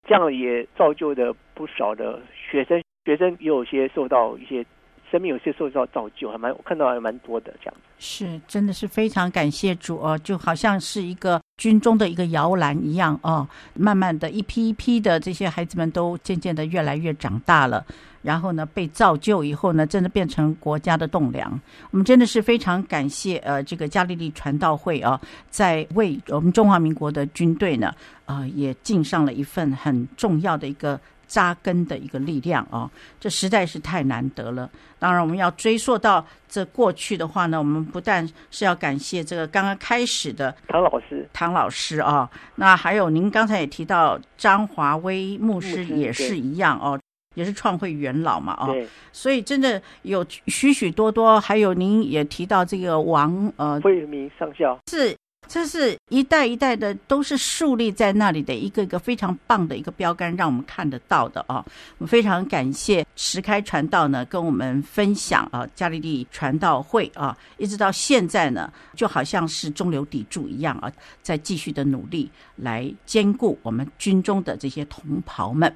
Speaker 2: 这样也造就了不少的学生，学生也有些受到一些。生命有些受到造就，还蛮我看到还蛮多的这样。
Speaker 1: 是，真的是非常感谢主哦，就好像是一个军中的一个摇篮一样哦。慢慢的，一批一批的这些孩子们都渐渐的越来越长大了，然后呢，被造就以后呢，真的变成国家的栋梁。我们真的是非常感谢呃，这个加利利传道会啊，在为我们中华民国的军队呢，呃，也尽上了一份很重要的一个扎根的一个力量啊。这实在是太难得了。当然，我们要追溯到这过去的话呢，我们不但是要感谢这个刚刚开始的
Speaker 2: 唐老师，
Speaker 1: 唐老师啊，那还有您刚才也提到张华威牧师
Speaker 2: 牧师
Speaker 1: 也是
Speaker 2: 对
Speaker 1: 一样哦，也是创会元老嘛啊、
Speaker 2: 对，
Speaker 1: 所以真的有许许多多，还有您也提到这个王呃，
Speaker 2: 惠民上校，
Speaker 1: 是这是一代一代的都是树立在那里的一个一个非常棒的一个标杆，让我们看得到的啊。我们非常感谢石开传道呢，跟我们分享啊，加利利传道会啊，一直到现在呢，就好像是中流砥柱一样啊，在继续的努力来兼顾我们军中的这些同袍们。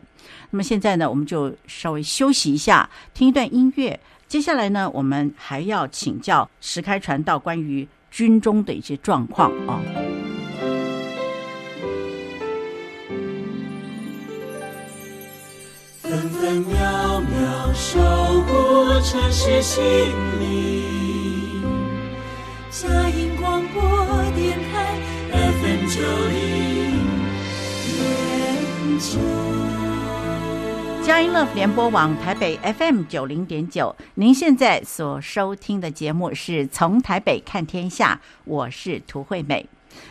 Speaker 1: 那么现在呢，我们就稍微休息一下，听一段音乐。接下来呢，我们还要请教石开传道关于军中的一些状况啊。
Speaker 3: 分分秒秒守护城市心灵。嘉音广播电台 FM 九零点九。
Speaker 1: 佳音 Love 联播网台北 FM 九零点九，您现在所收听的节目是从台北看天下，我是涂惠美。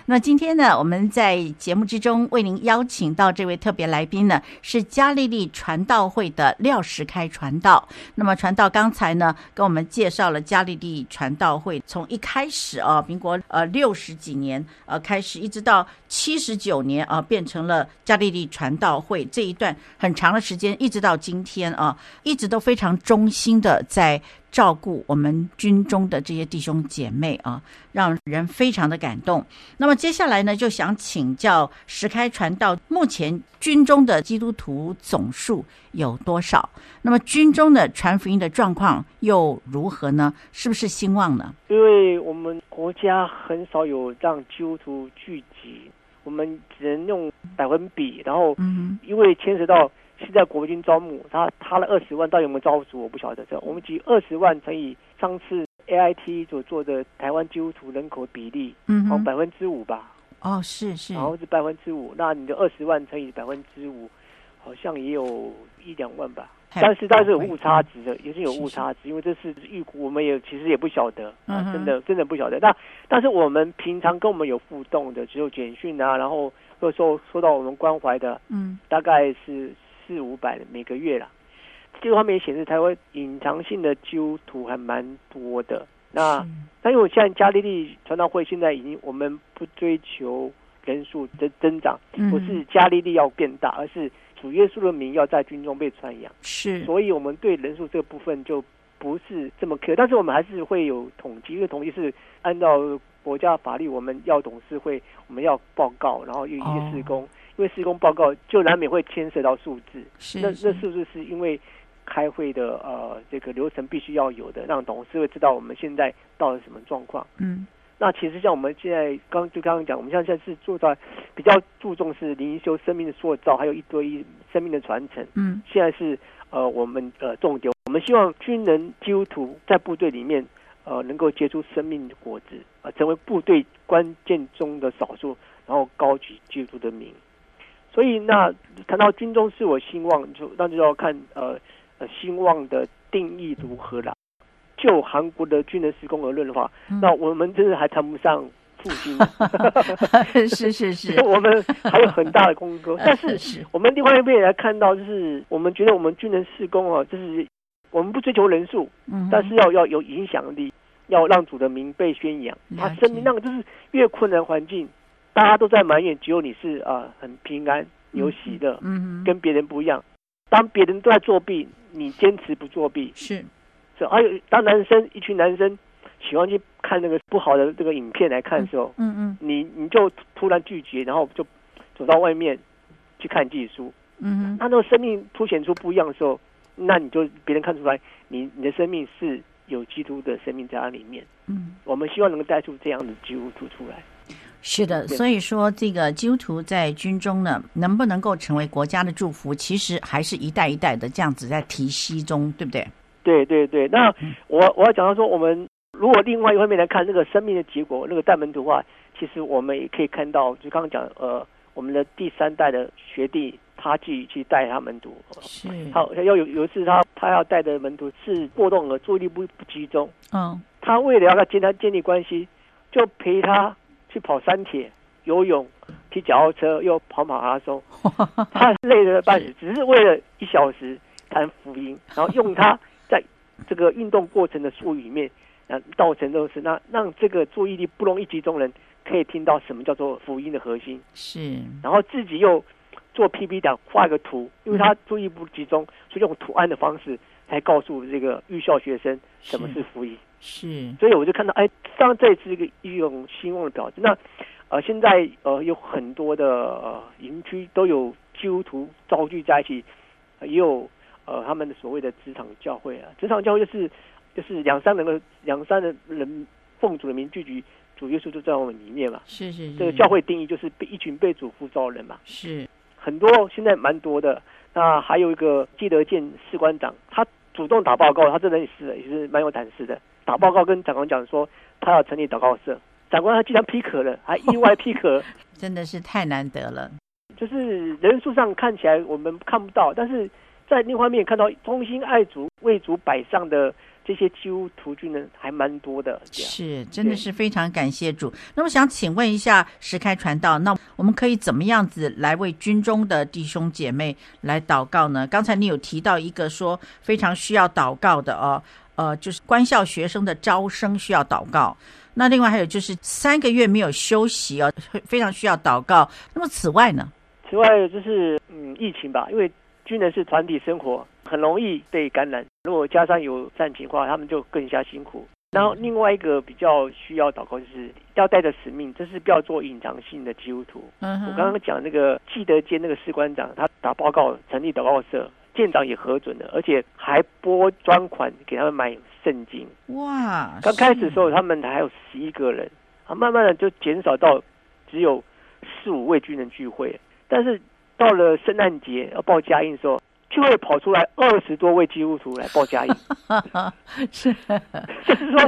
Speaker 1: 那今天呢，我们在节目之中为您邀请到这位特别来宾呢，是嘉利利传道会的廖石开传道。那么传道刚才呢，跟我们介绍了嘉利利传道会从一开始啊，民国呃六十几年呃开始，一直到七十九年啊、变成了嘉利利传道会这一段很长的时间，一直到今天啊，一直都非常忠心的在照顾我们军中的这些弟兄姐妹啊，让人非常的感动。那么接下来呢，就想请教石开传道，目前军中的基督徒总数有多少？那么军中的传福音的状况又如何呢？是不是兴旺呢？
Speaker 2: 因为我们国家很少有让基督徒聚集，我们只能用百分比，然后
Speaker 1: 嗯
Speaker 2: 因为牵扯到现在国军招募，他他了二十万，到底有没有招足我不晓得。这我们集二十万乘以上次 AIT 所做的台湾基督徒人口比例，
Speaker 1: 嗯
Speaker 2: 好
Speaker 1: 哼，
Speaker 2: 像百分之五吧，
Speaker 1: 哦，是是
Speaker 2: 然，后是百分之五，那你的二十万乘以百分之五，好像也有一两万吧。但是但是有误差值的，也是有误差值，因为这是预估，我们也其实也不晓得，
Speaker 1: 嗯哼
Speaker 2: 啊、真的真的不晓得。那但是我们平常跟我们有互动的，只有简讯啊，然后或者说说到我们关怀的，
Speaker 1: 嗯
Speaker 2: 大概是四五百每个月啦。这个方面也显示台湾隐藏性的基督徒还蛮多的。那那因为我现在加利利传道会现在已经我们不追求人数的增长，
Speaker 1: 嗯
Speaker 2: 不是加利利要变大，而是主耶稣的名要在军中被传扬。
Speaker 1: 是
Speaker 2: 所以我们对人数这部分就不是这么 care，但是我们还是会有统计，因为统计是按照国家法律，我们要董事会，我们要报告，然后有一
Speaker 1: 哦
Speaker 2: 些施工，因为施工报告就难免会牵涉到数字，
Speaker 1: 是
Speaker 2: 那那数字是因为开会的呃这个流程必须要有的，让董事会知道我们现在到了什么状况。
Speaker 1: 嗯
Speaker 2: 那其实像我们现在刚就刚刚讲，我们现在是做到比较注重是灵修生命的塑造，还有一对一生命的传承。
Speaker 1: 嗯
Speaker 2: 现在是呃我们呃重点，我们希望呃军人基督徒在部队里面呃能够结出生命的果子，呃成为部队关键中的少数，然后高举基督徒的名。所以那谈到军中是我兴旺，就那就要看呃呃兴旺的定义如何啦。就韩国的军人施工而论的话，
Speaker 1: 嗯
Speaker 2: 那我们真的还谈不上复兴，
Speaker 1: 是是是，
Speaker 2: 我们还有很大的工 作。但是
Speaker 1: 是
Speaker 2: 我们另外一边也来看到，就是我们觉得我们军人施工啊，就是我们不追求人数，
Speaker 1: 嗯，
Speaker 2: 但是要要有影响力，要让主的名被宣扬。
Speaker 1: 了
Speaker 2: 他
Speaker 1: 解
Speaker 2: 生命那个就是越困难环境，大家都在埋怨，只有你是啊、呃很平安有喜乐，
Speaker 1: 嗯
Speaker 2: 跟别人不一样。当别人都在作弊，你坚持不作弊，
Speaker 1: 是
Speaker 2: 是还有当男生一群男生喜欢去看那个不好的这个影片来看的时候，
Speaker 1: 嗯嗯
Speaker 2: 你你就突然拒绝，然后就走到外面去看技术。
Speaker 1: 嗯
Speaker 2: 他那个生命凸显出不一样的时候，那你就别人看出来你你的生命是有基督的生命在它里面。
Speaker 1: 嗯，
Speaker 2: 我们希望能够带出这样的基督徒出来。
Speaker 1: 是的，
Speaker 2: 对
Speaker 1: 所以说这个基督徒在军中呢，能不能够成为国家的祝福，其实还是一代一代的这样子在提息中，对不对？
Speaker 2: 对对对，那我我要讲到说，我们如果另外一方面来看那个生命的结果，那个大门图画，其实我们也可以看到，就刚刚讲呃，我们的第三代的学弟他去去带他们读，
Speaker 1: 是，
Speaker 2: 他要有有一次他他要带的门徒是过动了，注意力不不集中，
Speaker 1: 嗯，
Speaker 2: 他为了要跟他建立关系，就陪他去跑山铁、游泳、骑脚踏车，又跑马拉松，他累得半死，只是为了一小时谈福音，然后用他在这个运动过程的术语里面，啊，道成肉身，那让这个注意力不容易集中的人可以听到什么叫做福音的核心，
Speaker 1: 是，
Speaker 2: 然后自己又做 PPT 档画一个图，因为他注意不集中，所以用图案的方式来告诉这个预校学生什么是福音。
Speaker 1: 是，
Speaker 2: 所以我就看到，哎，当然这也是一个一种兴旺的表现。那呃，现在呃有很多的呃营区都有基督徒招聚在一起，呃也有呃他们的所谓的职场教会啊，职场教会就是就是两三人的两三人人奉主的名聚集，主耶稣就在我们里面嘛。
Speaker 1: 是是
Speaker 2: 这个教会定义就是被一群被主呼召的人嘛。
Speaker 1: 是
Speaker 2: 很多现在蛮多的。那还有一个基德健士官长，他主动打报告，他这人也是也是蛮有胆识的。打报告跟长官讲说，他要成立祷告社。长官他竟然批可了，还意外批可，
Speaker 1: 真的是太难得了。
Speaker 2: 就是人数上看起来我们看不到，但是在另外一面看到忠心爱主、为主摆上的这些基督徒军呢，还蛮多的。这样
Speaker 1: 是，真的是非常感谢主。那么想请问一下石开传道，那我们可以怎么样子来为军中的弟兄姐妹来祷告呢？刚才你有提到一个说非常需要祷告的哦，呃，就是官校学生的招生需要祷告。那另外还有就是三个月没有休息哦，非非常需要祷告。那么此外呢？
Speaker 2: 此外就是嗯，疫情吧，因为军人是团体生活，很容易被感染。如果加上有战情的话，他们就更加辛苦。然后另外一个比较需要祷告，就是要带着使命，就是不要做隐藏性的基督徒。
Speaker 1: 嗯
Speaker 2: 我刚刚讲那个记得见那个士官长，他打报告成立祷告社，舰长也核准了，而且还拨专款给他们买圣经。
Speaker 1: 哇，
Speaker 2: 刚开始的时候，
Speaker 1: 是
Speaker 2: 他们还有十一个人，啊，慢慢的就减少到只有四五位军人聚会。但是到了圣诞节要报佳音的时候，就会跑出来二十多位基督徒来报佳音，
Speaker 1: 是
Speaker 2: 就是说，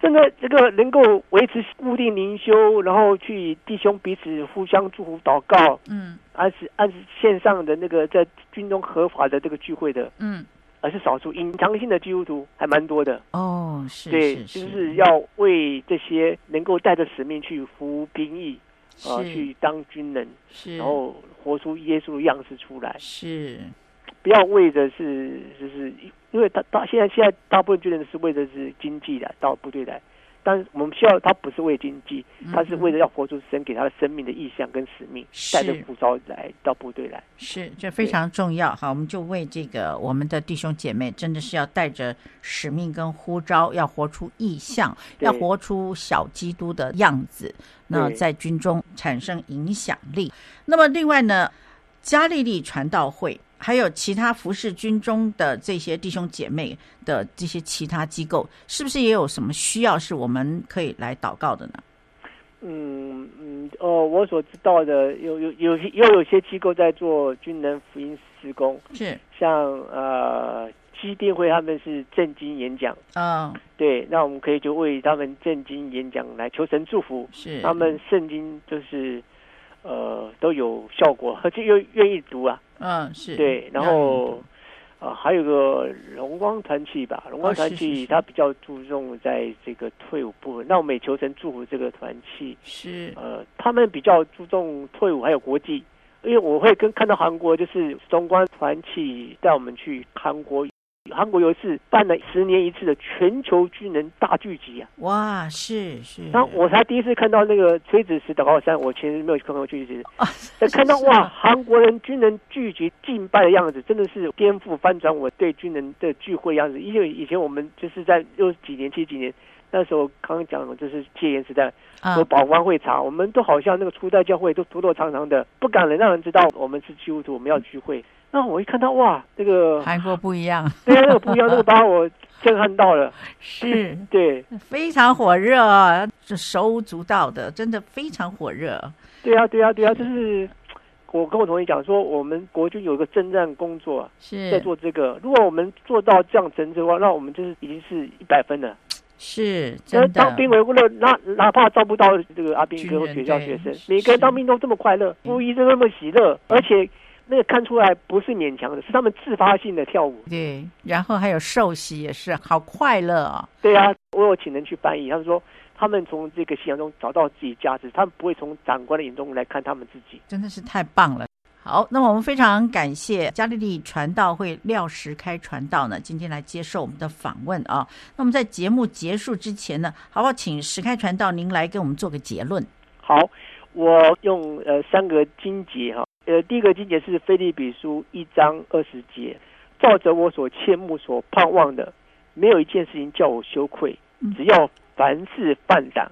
Speaker 2: 真的这个能够维持固定灵修，然后去弟兄彼此互相祝福祷告，
Speaker 1: 嗯
Speaker 2: 按时按时线上的那个在军中合法的这个聚会的，
Speaker 1: 嗯
Speaker 2: 而是少数隐藏性的基督徒还蛮多的。
Speaker 1: 哦是
Speaker 2: 对，
Speaker 1: 是嗯
Speaker 2: 就是要为这些能够带着使命去服兵役啊、呃
Speaker 1: 是
Speaker 2: 去当军人，
Speaker 1: 是
Speaker 2: 然后活出耶稣的样式出来，
Speaker 1: 是
Speaker 2: 不要为着是就是因为大大现在现在大部分军人是为的是经济的到部队来，但是我们需要他不是为经济，
Speaker 1: 嗯
Speaker 2: 他是为了要活出神给他的生命的意向跟使命，
Speaker 1: 是
Speaker 2: 带着呼召来到部队来。
Speaker 1: 是，这非常重要。好，我们就为这个我们的弟兄姐妹，真的是要带着使命跟呼召，要活出意向，
Speaker 2: 对
Speaker 1: 要活出小基督的样子。那
Speaker 2: 对
Speaker 1: 在军中产生影响力。那么另外呢，加利利传道会。还有其他服侍军中的这些弟兄姐妹的这些其他机构，是不是也有什么需要是我们可以来祷告的呢？
Speaker 2: 嗯嗯，哦，我所知道的有有有些又有些机构在做军人福音施工。
Speaker 1: 是，
Speaker 2: 像呃基地会他们是正经演讲，
Speaker 1: 嗯，
Speaker 2: 对，那我们可以就为他们正经演讲来求神祝福，
Speaker 1: 是
Speaker 2: 他们圣经就是呃都有效果，而且又愿意读啊，
Speaker 1: 嗯是
Speaker 2: 对，然后。啊，还有个荣光团契吧，荣光
Speaker 1: 哦
Speaker 2: 团
Speaker 1: 是是
Speaker 2: 契
Speaker 1: 是
Speaker 2: 它比较注重在这个退伍部分。那我们也求神祝福这个团契，
Speaker 1: 是
Speaker 2: 呃，他们比较注重退伍还有国际，因为我会跟看到韩国就是中观团体带我们去韩国，韩国有一次办了十年一次的全球军人大聚集啊，
Speaker 1: 哇是是，
Speaker 2: 然后我才第一次看到那个垂直石祷告山，我其实没有去看过 聚集，
Speaker 1: 啊，
Speaker 2: 但看到
Speaker 1: 是
Speaker 2: 哇，
Speaker 1: 啊，
Speaker 2: 韩国人军人聚集敬拜的样子，真的是颠覆翻转我对军人的聚会样子。因为以前我们就是在六几年七几年。那时候刚刚讲的就是戒严时代，
Speaker 1: 啊
Speaker 2: 和保官会查，我们都好像那个初代教会都躲躲藏藏的，不敢能让人知道我们是基督徒，我们要聚会。那我一看到哇，这个
Speaker 1: 韩国不一样，
Speaker 2: 对啊，那个不一样，那个把我震撼到 了。
Speaker 1: 是
Speaker 2: 对
Speaker 1: 非常火热啊，这手舞足蹈的，真的非常火热。
Speaker 2: 对啊，对啊，对啊，就是我跟我同学讲说，我们国军有一个征战工作啊在
Speaker 1: 是
Speaker 2: 做这个，如果我们做到这样整治的话，那我们就是已经是一百分了。
Speaker 1: 是，真
Speaker 2: 那
Speaker 1: 的
Speaker 2: 当兵为乐，哪哪怕招不到这个阿兵哥或
Speaker 1: 军人
Speaker 2: 学校
Speaker 1: 对
Speaker 2: 学生，
Speaker 1: 嗯是嗯
Speaker 2: 每个人当兵都这么快乐，服役都那么喜乐，而且那个看出来不是勉强的，是他们自发性的跳舞。
Speaker 1: 对，然后还有寿喜也是，好快乐哦。
Speaker 2: 对啊，我有请人去翻译，他们说他们从这个信仰中找到自己价值，他们不会从长官的眼中来看他们自己。
Speaker 1: 真的是太棒了。好，那我们非常感谢加利利传道会廖石开传道呢，今天来接受我们的访问啊。那我们在节目结束之前呢，好不好？请石开传道您来给我们做个结论。
Speaker 2: 好，我用呃三个经节哈，呃，第一个经节是菲利比书一章二十节，照着我所切慕所盼望的，没有一件事情叫我羞愧
Speaker 1: 嗯，
Speaker 2: 只要凡事犯胆，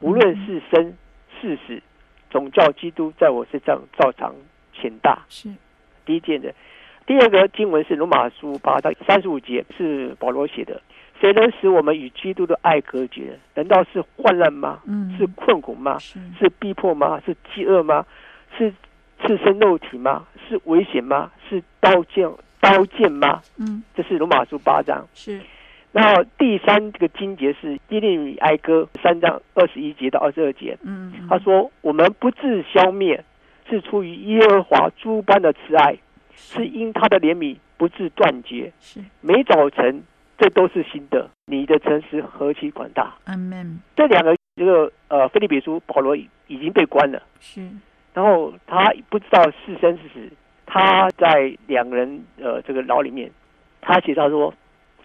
Speaker 2: 无论是生是死，总叫基督在我身上照常显大。
Speaker 1: 是，
Speaker 2: 第一件的。第二个经文是罗马书八章三十五节，是保罗写的。谁能使我们与基督的爱隔绝？难道是患难吗？
Speaker 1: 嗯，
Speaker 2: 是困苦吗？
Speaker 1: 是
Speaker 2: 是逼迫吗？是饥饿吗？是赤身肉体吗？是危险吗？是刀剑刀剑吗？
Speaker 1: 嗯
Speaker 2: 这是罗马书八章。
Speaker 1: 是
Speaker 2: 那第三个经节是耶利米哀歌三章二十一节到二十二节，
Speaker 1: 嗯，嗯
Speaker 2: 他说：“我们不致消灭，是出于耶和华诸般的慈爱，是因他的怜悯不致断绝。
Speaker 1: 是
Speaker 2: 每早晨，这都是新的。你的诚实何其广大！”
Speaker 1: ，Amen，
Speaker 2: 这两个这个呃，菲利比书保罗已已经被关了。
Speaker 1: 是
Speaker 2: 然后他不知道是生是死，他在两个人呃这个牢里面，他写到说，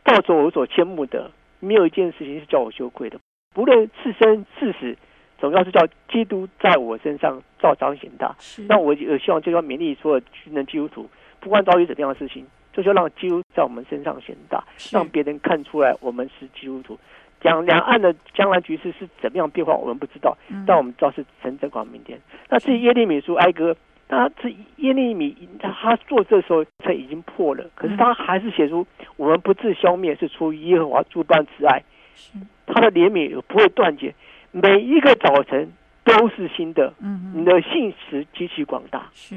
Speaker 2: 到着我所羡慕的，没有一件事情是叫我羞愧的，不论是生是死，总要是叫基督在我身上照彰显大。
Speaker 1: 是，
Speaker 4: 嗯
Speaker 2: 那我也希望这要勉励所有军人基督徒，不管遭遇怎么样的事情，就是要让基督在我们身上显大，
Speaker 1: 是
Speaker 2: 让别人看出来我们是基督徒。两两岸的将来局势是怎么样变化，我们不知道，
Speaker 1: 嗯
Speaker 2: 但我们知道是神正光明天。那至于耶利米书哀歌，那这耶利米他他做这时候他已经破了，可是他还是写出我们不自消灭，是出于耶和华诸般慈爱，
Speaker 1: 是
Speaker 2: 他的怜悯不会断绝，每一个早晨都是新的。
Speaker 1: 嗯
Speaker 2: 你
Speaker 1: 嗯
Speaker 2: 的信实极其广大，
Speaker 1: 是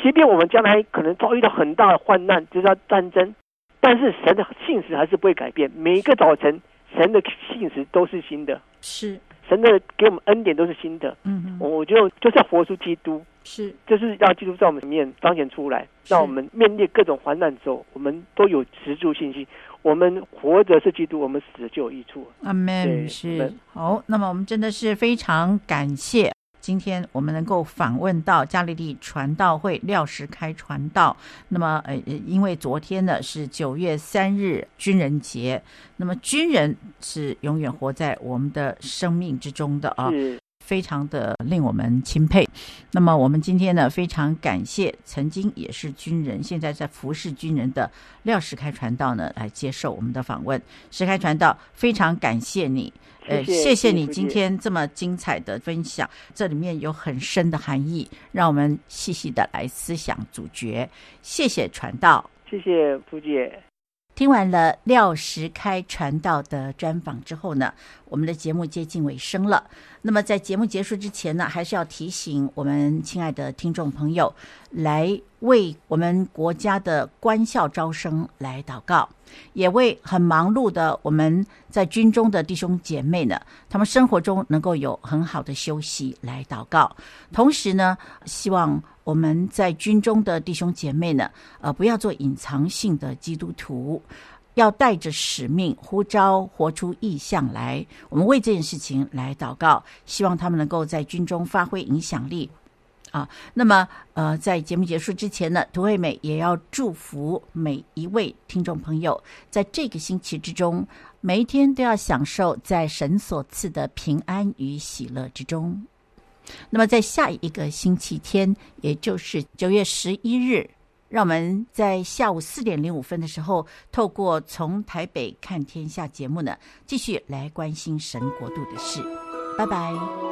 Speaker 2: 即便我们将来可能遭遇到很大的患难，就是要战争，但是神的信实还是不会改变。每一个早晨，神的信实都是新的，
Speaker 1: 是
Speaker 2: 神的给我们恩典都是新的。
Speaker 1: 嗯
Speaker 2: 我
Speaker 1: 嗯
Speaker 2: 我觉得就是要活出基督，
Speaker 1: 是
Speaker 2: 就是让基督在我们里面彰显出来，
Speaker 1: 是
Speaker 2: 让我们面对各种患难之后，我们都有持住信心。我们活着是基督，我们死了就有益处。
Speaker 1: Amen，
Speaker 2: 对
Speaker 1: 嗯是
Speaker 2: Amen
Speaker 1: 好。那么我们真的是非常感谢今天我们能够访问到加利利传道会廖石开传道。那么呃，呃因为昨天呢是九月三日军人节，那么军人是永远活在我们的生命之中的啊。
Speaker 2: 是，
Speaker 1: 非常的令我们钦佩。那么我们今天呢，非常感谢曾经也是军人，现在在服侍军人的廖石开传道呢，来接受我们的访问。石开传道，非常感谢你，呃，
Speaker 2: 谢谢
Speaker 1: 谢谢你
Speaker 2: 谢谢
Speaker 1: 今天这么精彩的分享，这里面有很深的含义，让我们细细的来思想主角。谢谢传道。
Speaker 2: 谢谢福姐。
Speaker 1: 听完了廖石开传道的专访之后呢，我们的节目接近尾声了。那么在节目结束之前呢，还是要提醒我们亲爱的听众朋友，来为我们国家的官校招生来祷告，也为很忙碌的我们在军中的弟兄姐妹呢，他们生活中能够有很好的休息来祷告。同时呢，希望我们在军中的弟兄姐妹呢，呃，不要做隐藏性的基督徒，要带着使命呼召，活出意向来。我们为这件事情来祷告，希望他们能够在军中发挥影响力。啊，那么呃，在节目结束之前呢，涂惠美也要祝福每一位听众朋友，在这个星期之中，每一天都要享受在神所赐的平安与喜乐之中。那么，在下一个星期天，也就是九月十一日，让我们在下午四点零五分的时候，透过《从台北看天下》节目呢，继续来关心神国度的事。拜拜。